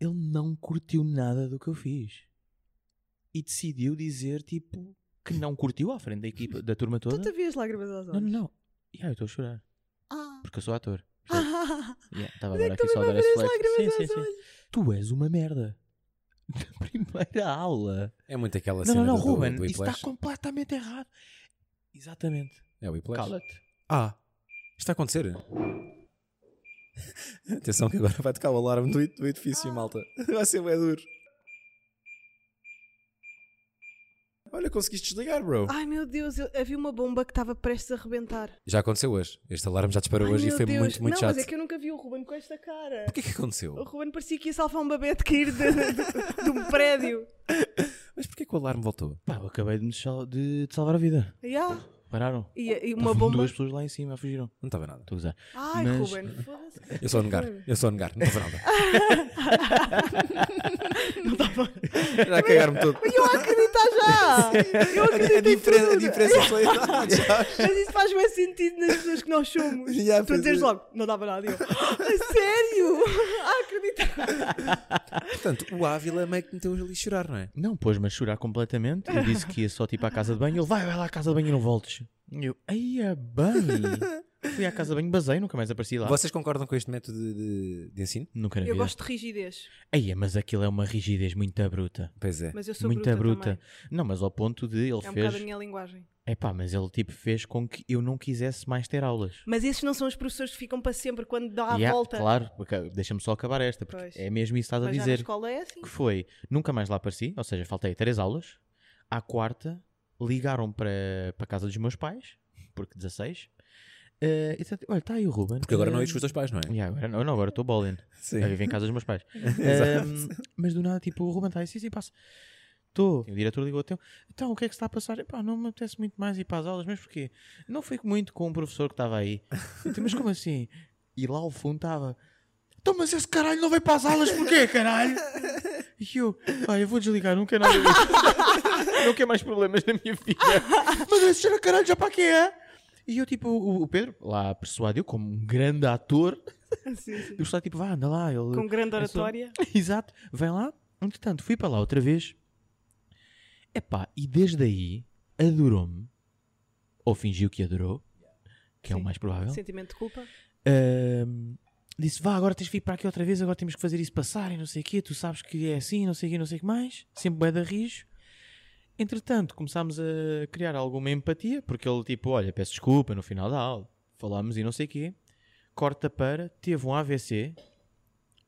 ele não curtiu nada do que eu fiz. E decidiu dizer, tipo, que não curtiu à frente da equipa, da turma
Tu te
toda.
vias lágrimas aos
Não,
olhos?
não, não. E aí eu estou a chorar,
Ah.
porque eu sou ator.
Ah.
Yeah, Estava
Mas
agora
é que
aqui
também
só a dar
vai ver
esse
as
flex.
lágrimas
Sim,
aos
sim, sim.
olhos.
Tu és uma merda. Na primeira aula.
É muito aquela
não,
cena
não, não,
do,
Ruben,
do
isso tá
Whiplash.
está completamente errado. Exatamente.
É o Whiplash.
Cala-te.
Ah, isto está a acontecer. Atenção que agora vai tocar o alarme do, ed- do
Ah.
edifício, malta. Vai ser bem duro. Olha, conseguiste desligar, bro.
Ai meu Deus, eu- havia uma bomba que estava prestes a arrebentar.
Já aconteceu hoje. Este alarme já disparou
Ai,
hoje e
meu
foi
Deus.
muito, muito
não,
chato.
mas é que eu Oh. nunca vi o Ruben com esta cara.
O que é que aconteceu?
O Ruben parecia que ia salvar um babete cair de, de, de- de um prédio.
Mas porquê que o alarme voltou?
Pá, eu acabei de, me sal- de- de salvar a vida.
Yeah.
Pararam.
E, e uma
Estavam
bomba.
Duas pessoas lá em cima, fugiram.
Não estava nada.
Estou a gozar.
Ai,
Mas-
Ruben, foda-se.
Eu sou a negar. Eu sou a negar. Não estava nada.
Não estava.
Já a cagar-me todo.
Eu acredito já! Eu acredito
É
em
diferença, é
tudo.
diferença de qualidade, já.
Mas isso faz mais sentido nas pessoas que nós somos.
Yeah,
tu
pois
dizes
é.
logo, não dava nada. E Eu, "Ah, sério? Ah, acredito.
Portanto, o Ávila meio que meteu ali a chorar, não é?
Não, pôs-me a chorar completamente. Eu disse que ia só tipo à casa de banho. Ele vai, vai lá à casa de banho e não voltes. E eu, ai, é bem. Fui à casa bem, basei, nunca mais apareci lá.
Vocês concordam com este método de, de- de ensino?
Nunca na
Eu
vida.
gosto de rigidez,
Aí, mas aquilo é uma rigidez muito bruta.
Pois é.
mas eu sou
Muito
bruta.
bruta.
também.
Não, mas ao ponto de ele
É um
fez.
bocado a minha linguagem.
Epá, mas ele tipo fez com que eu não quisesse mais ter aulas.
Mas esses não são os professores que ficam para sempre quando dá a
Yeah,
volta.
Claro, porque- ah, deixa-me só acabar esta, porque
Pois.
é mesmo isso que estás a
Mas já na
dizer.
escola é assim.
Que foi, nunca mais lá apareci, ou seja, faltei três aulas. À quarta, ligaram para, para a casa dos meus pais, porque 16. eh, e disse, olha, está aí o Ruben.
Porque agora não
eh,
és com os teus pais, não é?
yeah, agora não, não, agora estou bowling.
Sim.
A viver em casa dos meus pais.
Exato.
Ahm, mas do nada, tipo, o Ruben está aí, sim, sim, passa. Estou. O diretor ligou até. Então, o que é que se está a passar? Epá, não me apetece muito mais ir para as aulas, mas porquê? Não fui muito com o professor que estava aí. Então, mas como assim? E lá ao fundo estava. Então, mas esse caralho não veio para as aulas, porquê, caralho? E eu, pá, eu vou desligar, não quero nada disso. Não quero mais problemas na minha vida. Mas esse cheiro a caralho já para quê é? E eu, tipo, o o Pedro, lá persuadiu como um grande ator,
Sim, sim.
eu estava tipo, vá, anda lá. Ele...
Com grande
é só-
oratória.
Exato, vem lá. Entretanto, fui para lá outra vez. Epá, e desde aí adorou-me. Ou fingiu que adorou, que é o
Sim.
mais provável.
Sentimento de culpa.
Ahm, disse, vá, agora tens de vir para aqui outra vez, agora temos que fazer isso passar e não sei o quê. Tu sabes que é assim, não sei o quê, não sei o que mais. Sempre bué da rijo. Entretanto, começámos a criar alguma empatia, porque ele tipo, olha, peço desculpa no final da aula. Falámos e não sei o quê. Corta para, teve um AVC.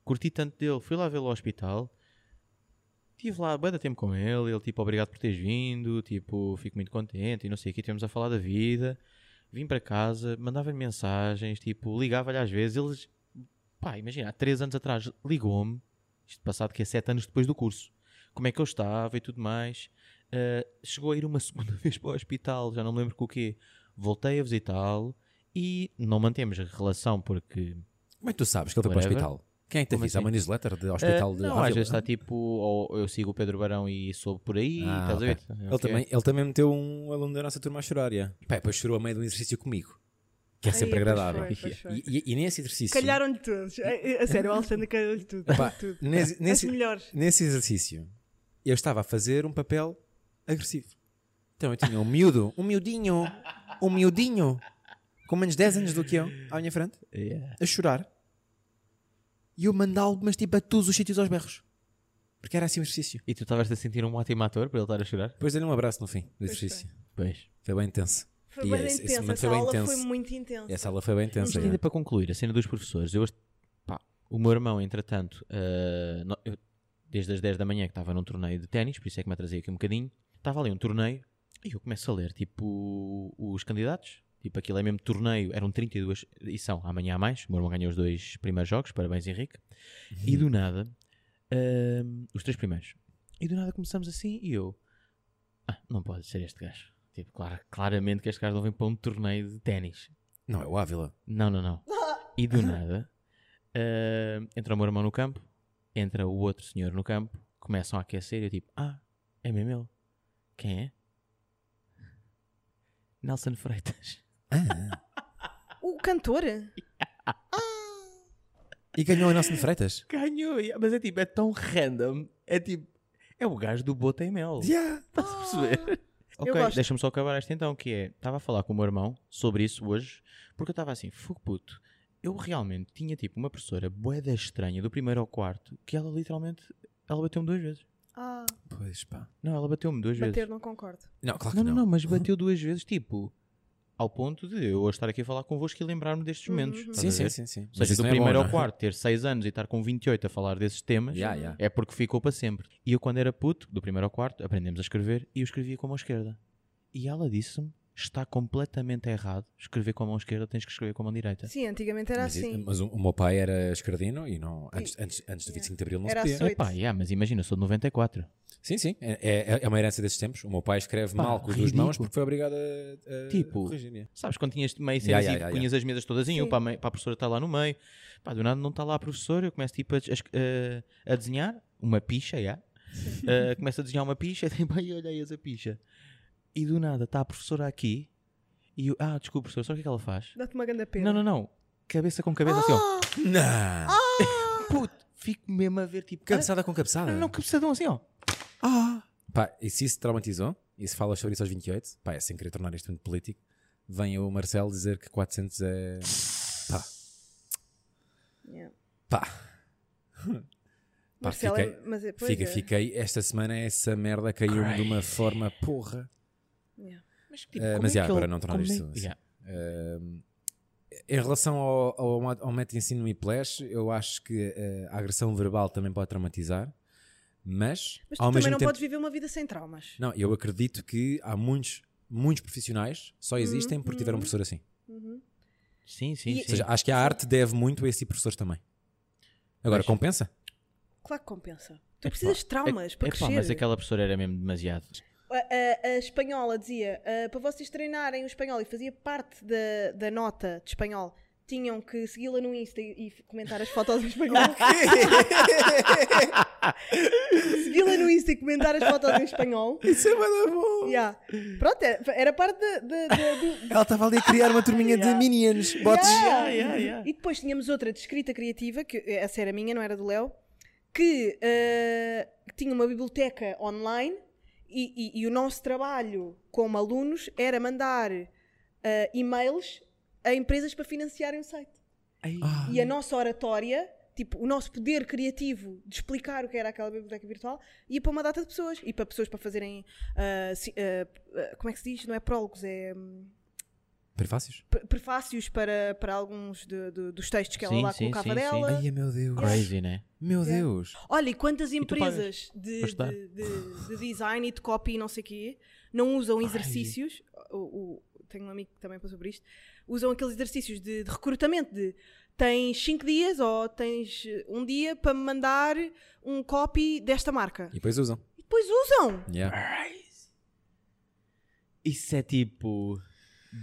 Curti tanto dele, fui lá vê-lo ao hospital. Estive lá bué da tempo com ele, ele tipo, obrigado por teres vindo, tipo, fico muito contente e não sei o quê. Tivemos a falar da vida. Vim para casa, mandava-lhe mensagens, tipo, ligava-lhe às vezes. Eles, pá, imagina, há 3 anos atrás ligou-me, isto passado que é 7 anos depois do curso, como é que eu estava e tudo mais. Ah, chegou a ir uma segunda vez para o hospital, já não me lembro com o quê. Voltei a visitá-lo e não mantemos a relação porque
Como é que tu sabes que ele foi para o
Whatever.
hospital? Quem é que te
Como
avisa? Há
assim?
uma newsletter de hospital
Ah,
de
não,
Ávila?
às vezes está tipo, ou eu sigo o Pedro Barão e soube por aí,
Ah,
estás
ok.
a ver?
Ele, também, ele também meteu um aluno da nossa turma a chorar. Yeah. Pá, depois chorou a meio de um exercício comigo. Que é
Ai,
sempre
pois
agradável.
foi, pois foi.
E, e- e nesse exercício.
Calharam-lhe todos. É, A, a sério, o Alexandre calhou-lhe tudo.
Pá,
tudo.
nesse-
As
nesse-
melhores.
Nesse exercício, eu estava a fazer um papel agressivo. Então eu tinha um miúdo, um miudinho, um miudinho, com menos 10 anos do que eu, à minha frente,
Yeah.
a chorar. E eu mandá-lo, mas tipo a todos os sítios aos berros. Porque era assim o exercício.
E tu estavas a sentir um ótimo ator para ele estar a chorar?
Depois dei-lhe um abraço no fim do exercício.
Pois.
Foi bem intenso.
Foi
E
bem
esse- esse
intensa.
momento
Essa
foi bem
aula foi
intenso.
muito intensa.
Essa aula foi bem
Mas
intensa.
ainda
yeah.
para concluir, a cena dos professores, eu este- pá, o meu irmão, entretanto, ah, no- eu, desde as 10 da manhã que estava num torneio de ténis, por isso é que me atrasei aqui um bocadinho, estava ali um torneio e eu começo a ler, tipo, os candidatos. Tipo, aquilo é mesmo torneio, eram 32, e são, amanhã há mais. O meu irmão ganhou os dois primeiros jogos, parabéns Henrique. E do nada, ah, os três primeiros. E do nada começamos assim e eu, ah, não pode ser este gajo. Tipo, claro, claramente que este gajo não vem para um torneio de ténis.
Não, é o Ávila.
Não, não, não. E do nada, eh, entra o meu irmão no campo, entra o outro senhor no campo, começam a aquecer e eu tipo, ah, é mesmo ele. Quem é? Nelson Freitas.
Ah,
O cantor?
E ganhou a Nelson Freitas.
Ganhou, yeah, mas é tipo, é tão random, é tipo, é o gajo do Bota e Mel.
Yeah.
Estás a perceber?
Ah, Eu
Ok,
gosto.
deixa-me só acabar esta então, que é, estava a falar com o meu irmão sobre isso hoje, porque eu estava assim, fogo puto, eu realmente tinha tipo uma professora boeda estranha do primeiro ao quarto, que ela literalmente, ela bateu-me duas vezes.
Ah,
Pois pá.
Não, ela bateu-me duas
bater
vezes.
não concordo.
Não, Uhum. claro
Não,
Ah, que
não, não, mas bateu duas vezes, tipo, ao ponto de eu hoje estar aqui a falar convosco e lembrar-me destes
Uhum.
momentos. estás
Sim,
a
sim,
ver?
sim, sim.
Ou seja, do
não é
primeiro
bom,
ao
não é?
quarto, ter 6 anos e estar com 28 a falar desses temas,
Yeah, yeah.
é porque ficou para sempre. E eu, quando era puto, do primeiro ao quarto, aprendemos a escrever e eu escrevia com a mão esquerda. E ela disse-me: está completamente errado escrever com a mão esquerda, tens que escrever com a mão direita.
Sim, antigamente era
É. mas,
assim.
mas o, o meu pai era escardino e não, antes, antes, antes do 25 de Abril não
Era
se podia.
açoite.
Epá, yeah, mas imagina, eu sou de 94.
Sim, sim. É, é- é uma herança desses tempos. O meu pai escreve
Pá,
mal com as duas
ridículo.
mãos porque foi obrigado a, a
Tipo,
corrigir, né?
Sabes, quando tinhas meio cenas
Yeah,
e
yeah, yeah,
punhas as mesas todas em um
Sim.
para a, me- para a professora estar lá no meio. Pá, do nada não está lá a professora, eu começo tipo a, des- a es- a- a desenhar uma picha, já. Ah, começo a desenhar uma picha, tipo, e olha aí essa picha. E do nada está a professora aqui e eu, ah, desculpa, professora, só o que é que ela faz?
Dá-te uma grande pena.
Não, não, não. Cabeça com cabeça, assim, ó.
Não!
Ah! Puto, fico mesmo a ver, tipo,
Ah,
Cabeçada com cabeçada.
Não, não, cabeçadão, assim, ó.
Pá, e se isso te traumatizou, e se falas sobre isso aos 28, pá, é sem querer tornar isto muito político, vem o Marcelo dizer que 400 é. Pá,
Yeah.
pá. Pá,
Marcelo é-
fiquei-
mas é, pois
Fica,
é.
fiquei. Esta semana essa merda caiu-me de uma forma porra.
Yeah.
Mas, tipo,
Eh,
como
mas
é
já,
que
agora
ele-
não tornar
como é-
isto assim.
Yeah.
Em relação ao, ao, ao método de ensino e Plash, eu acho que eh, a agressão verbal também pode traumatizar, mas,
Mas tu
ao
também
mesmo
não
tempo.
podes viver uma vida sem traumas.
Não, eu acredito que há muitos, muitos profissionais só existem porque tiveram um professor assim.
Uhum.
Sim, sim,
E-
sim.
Ou seja, acho que a arte deve muito a esse tipo professor também. Agora,
Pois.
compensa?
Claro que compensa. Tu
Epá,
precisas de traumas
É-
para
epá,
crescer.
mas aquela pessoa era mesmo demasiado.
a, a- a espanhola dizia "Ah, para vocês treinarem o espanhol e fazia parte da, da nota de espanhol tinham que segui-la no Insta e, e comentar as fotos em espanhol segui-la no Insta e comentar as fotos em espanhol
Isso é muito bom!
Yeah. pronto, era, era parte da, da- da- do-
Ela estava ali a criar uma turminha de minions, bots.
yeah,
Yeah.
yeah.
Ah, uhum. e depois tínhamos outra de escrita criativa que essa era minha, não era do Léo que ah, tinha uma biblioteca online e, e- e o nosso trabalho como alunos era mandar ah, e-mails a empresas para financiarem o site
Ah,
e a nossa oratória, tipo, o nosso poder criativo de explicar o que era aquela biblioteca virtual, ia para uma data de pessoas. E para pessoas para fazerem. ah, si- ah, ah, como é que se diz? Não é prólogos, é hum,
Prefácios?
pre- prefácios para, para alguns de- de- dos textos que ela
Sim,
lá
sim,
colocava
sim, sim.
dela.
Ai, meu Deus!
Crazy, né?
Meu
Yeah.
Deus!
Olha, e quantas
tu pagas
empresas de,
para estudar.
de- de- de design e de copy e não sei o quê não usam exercícios? O, o- tenho um amigo que também passou por isto. Usam aqueles exercícios de, de recrutamento de tens 5 dias ou tens eh, um dia para me mandar um copy desta marca.
E depois usam.
E depois usam!
Yeah.
Isso é tipo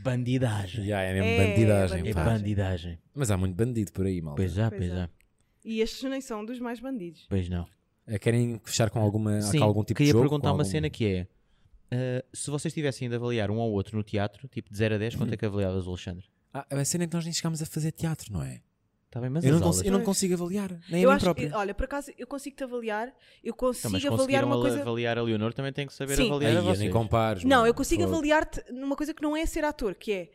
bandidagem.
Yeah, é mesmo
É,
bandidagem.
É
pá.
bandidagem.
bandidagem.
Mas há muito bandido por aí, malta.
Pois já,
Pois
pois
é.
já.
E estes nem são dos mais bandidos.
Pois não.
Eh, Querem fechar com, alguma,
Sim,
com algum tipo
queria
de jogo?
perguntar
Com
uma
algum-
cena que é: ah, se vocês tivessem de avaliar um ao outro no teatro, tipo de 0 a 10, quanto é que avaliavas, Alexandre?
Ah, a cena é que nós nem chegámos a fazer teatro, não é?
Está bem, mas
Eu
as
não,
aulas-
consigo, eu não
Pois.
consigo avaliar, nem
eu
a mim
acho que-
próprio.
olha, por acaso eu consigo te avaliar, eu consigo
Não, Então, mas
avaliar
conseguiram
uma
al-
coisa.
avaliar a Leonor, também tem que saber
Sim.
avaliar a
Ai, eu nem
vocês.
compares.
Não,
mano.
eu consigo
Fogo.
avaliar-te numa coisa que não é ser ator, que é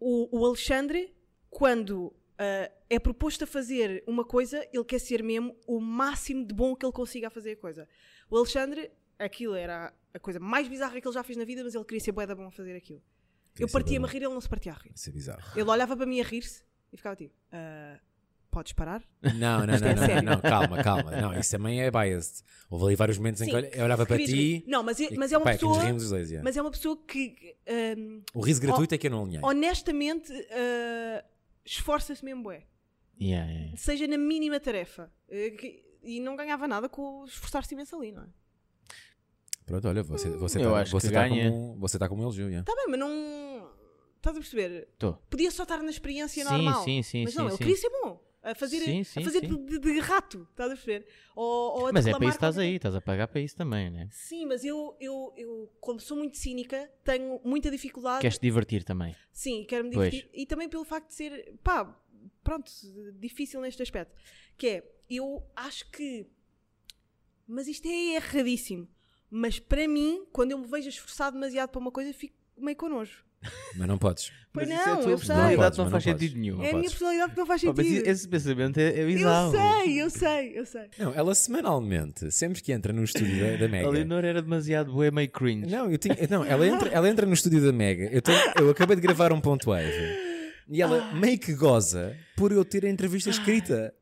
o, o Alexandre, quando ah, é proposto a fazer uma coisa, ele quer ser mesmo o máximo de bom que ele consiga a fazer a coisa. O Alexandre, aquilo era a coisa mais bizarra que ele já fez na vida, mas ele queria ser bué da bom a fazer aquilo.
Queria
eu
ser
partia-me a
bué
rir, ele não se partia a rir.
Isso é bizarro.
Ele olhava para mim a rir-se e ficava tipo, "Ah, podes parar?
Não, não,
Isto
não,
é
não, não,
sério.
não, calma, calma. Não, isso também é biased. Houve ali vários momentos em
Sim,
que olha- eu olhava para
Querias rir.
ti.
Não, mas, é-
e-
mas é uma
pá, que nos
pessoa...
rimos os dois, yeah.
Mas é uma pessoa que... que, ah,
O riso gratuito é que eu não alinhei.
honestamente, eh, esforça-se mesmo, bué.
Yeah, yeah, yeah.
Seja na mínima tarefa. Eh, que- e não ganhava nada com o esforçar-se imenso ali, não é?
Pronto, olha, você,
Hum.
você,
eu
tá,
acho
você,
que
tá
ganha.
como, você tá como um elogio, yeah.
Está bem, mas não. Estás a perceber?
Tô.
Podia só estar na experiência
Sim,
normal.
sim, sim,
Mas não,
sim,
ele
sim.
queria ser bom. A fazer,
Sim, sim,
a fazer
sim.
De, de rato, estás a perceber? Ou, ou a
Mas é para isso
declamar
que estás
qualquer
aí, estás a pagar para isso também, né?
coisa. Sim, mas eu, eu, eu, como sou muito cínica, tenho muita dificuldade.
Queres te divertir também.
Sim, quero-me
Pois.
divertir. E também pelo facto de ser, pá, pronto, difícil neste aspecto. Que é, eu acho que. Mas isto é erradíssimo. Mas para mim, quando eu me vejo esforçado demasiado para uma coisa, fico meio com nojo.
Mas não podes.
Pois
Mas isso é a
não,
tua
eu
personalidade,
sei.
Não podes,
não
mas
faz
não podes.
sentido nenhum.
Não
é a minha
podes.
personalidade que não faz
Pá, mas
sentido.
esse pensamento é, é
eu
bizarro.
sei, eu sei, eu sei.
Não, ela semanalmente, sempre que entra no estúdio da, da Mega.
A Leonor era demasiado boa, meio cringe.
Não, eu tinha, não ela, entra, ela entra no estúdio da Mega. Eu, tenho- eu acabei de gravar um ponto wave e ela meio que goza por eu ter a entrevista escrita.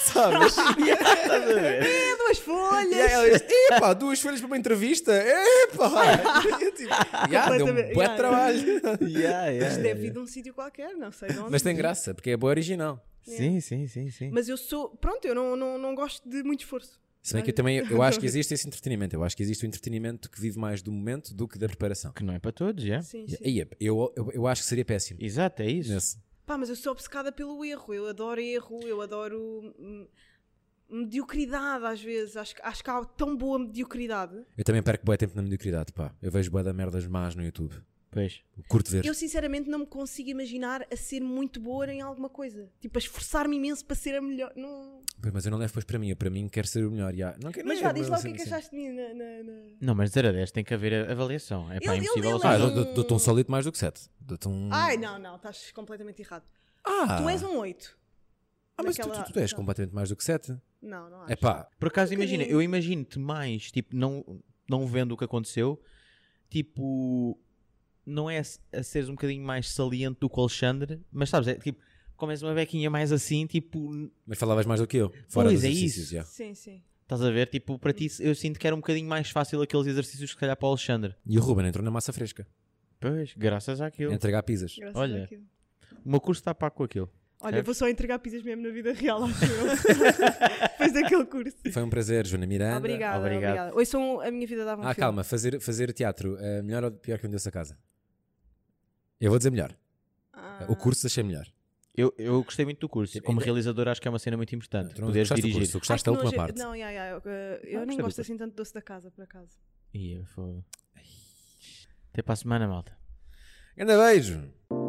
Sabes?
É duas folhas.
E aí
é,
ela diz: Epá, duas folhas para uma entrevista? Epá! E eu tipo: "Ya, deu um
Completamente,
bué
ya.
trabalho.
Yeah, yeah,
Isto
yeah.
deve vir de um sítio qualquer, não sei de onde.
Mas tem graça, porque é boa original.
Sim, sim, sim, sim.
Mas eu sou, pronto, eu não, não, não gosto de muito esforço.
Se bem que eu também eu acho que existe esse entretenimento. Eu acho que existe o entretenimento que vive mais do momento do que da preparação.
Que não é para todos, é?
Sim, sim.
E eu, eu, eu acho que seria péssimo.
Exato, é isso.
Nesse.
Pá, mas eu sou obcecada pelo erro, eu adoro erro, eu adoro hum, mediocridade às vezes, acho, que- acho que há tão boa mediocridade.
Eu também perco bué tempo na mediocridade, pá. Eu vejo bué da merdas más no YouTube.
Pois.
Curto ver.
Eu sinceramente não me consigo imaginar a ser muito boa em alguma coisa. Tipo, a esforçar-me imenso para ser a melhor. Não...
Pois, Mas eu não levo depois para mim, eu para mim quero ser o melhor. já. Não quero,
Mas
não
vá,
é,
diz lá o que é
sim,
que
sim.
achaste de mim na- na- na-
Não, mas de 0 a 10 tem que haver a- avaliação. É pá,
Ele-
impossível.
ele-
ou
ele-
Ah,
seja,
eu dou- dou-te um sólido mais do que 7. Dou-te um.
Ai, não, não, estás completamente errado.
ah,
Tu és um 8.
ah, mas tu-
daquela-
tu, tu és
não.
completamente mais do que 7.
Não, não acho.
É pá,
Por acaso,
Um
imagina,
bocadinho.
eu imagino-te mais, tipo, não, não vendo o que aconteceu, tipo, não é a seres um bocadinho mais saliente do que o Alexandre, mas sabes, é tipo, como és uma bequinha mais assim, tipo,
mas falavas mais do que eu. Fora
Pois,
dos
é
exercícios,
isso.
já.
Sim, sim.
estás a ver, tipo, para ti eu sinto que era um bocadinho mais fácil aqueles exercícios, que se calhar, para o Alexandre.
E o Ruben entrou na massa fresca.
Pois, graças àquilo.
a Entregar pizzas.
Graças
Olha.
àquilo.
O meu curso está pago com aquilo.
Olha,
Certo?
vou só entregar pizzas mesmo na vida real, acho eu. Depois daquele curso.
Foi um prazer, Joana Miranda.
Obrigada,
obrigado.
obrigada. Hoje são a minha vida dava um
Ah,
filme.
calma, fazer, fazer teatro é melhor ou pior que um Deus a casa? Eu vou dizer melhor.
Ah.
O curso achei melhor.
Eu, eu gostei muito do curso. Como realizador, acho que é uma cena muito importante.
Tu não
Poderes
gostaste do
dirigir.
curso, tu gostaste da
Ai, que
última
nojo.
parte.
Não, ia, ia, eu, eu
Ah,
nem
gostei
gosto
do
assim tanto de doce da casa, por acaso.
Ia, foi. Até para a semana, malta.
Ainda beijo!
Andando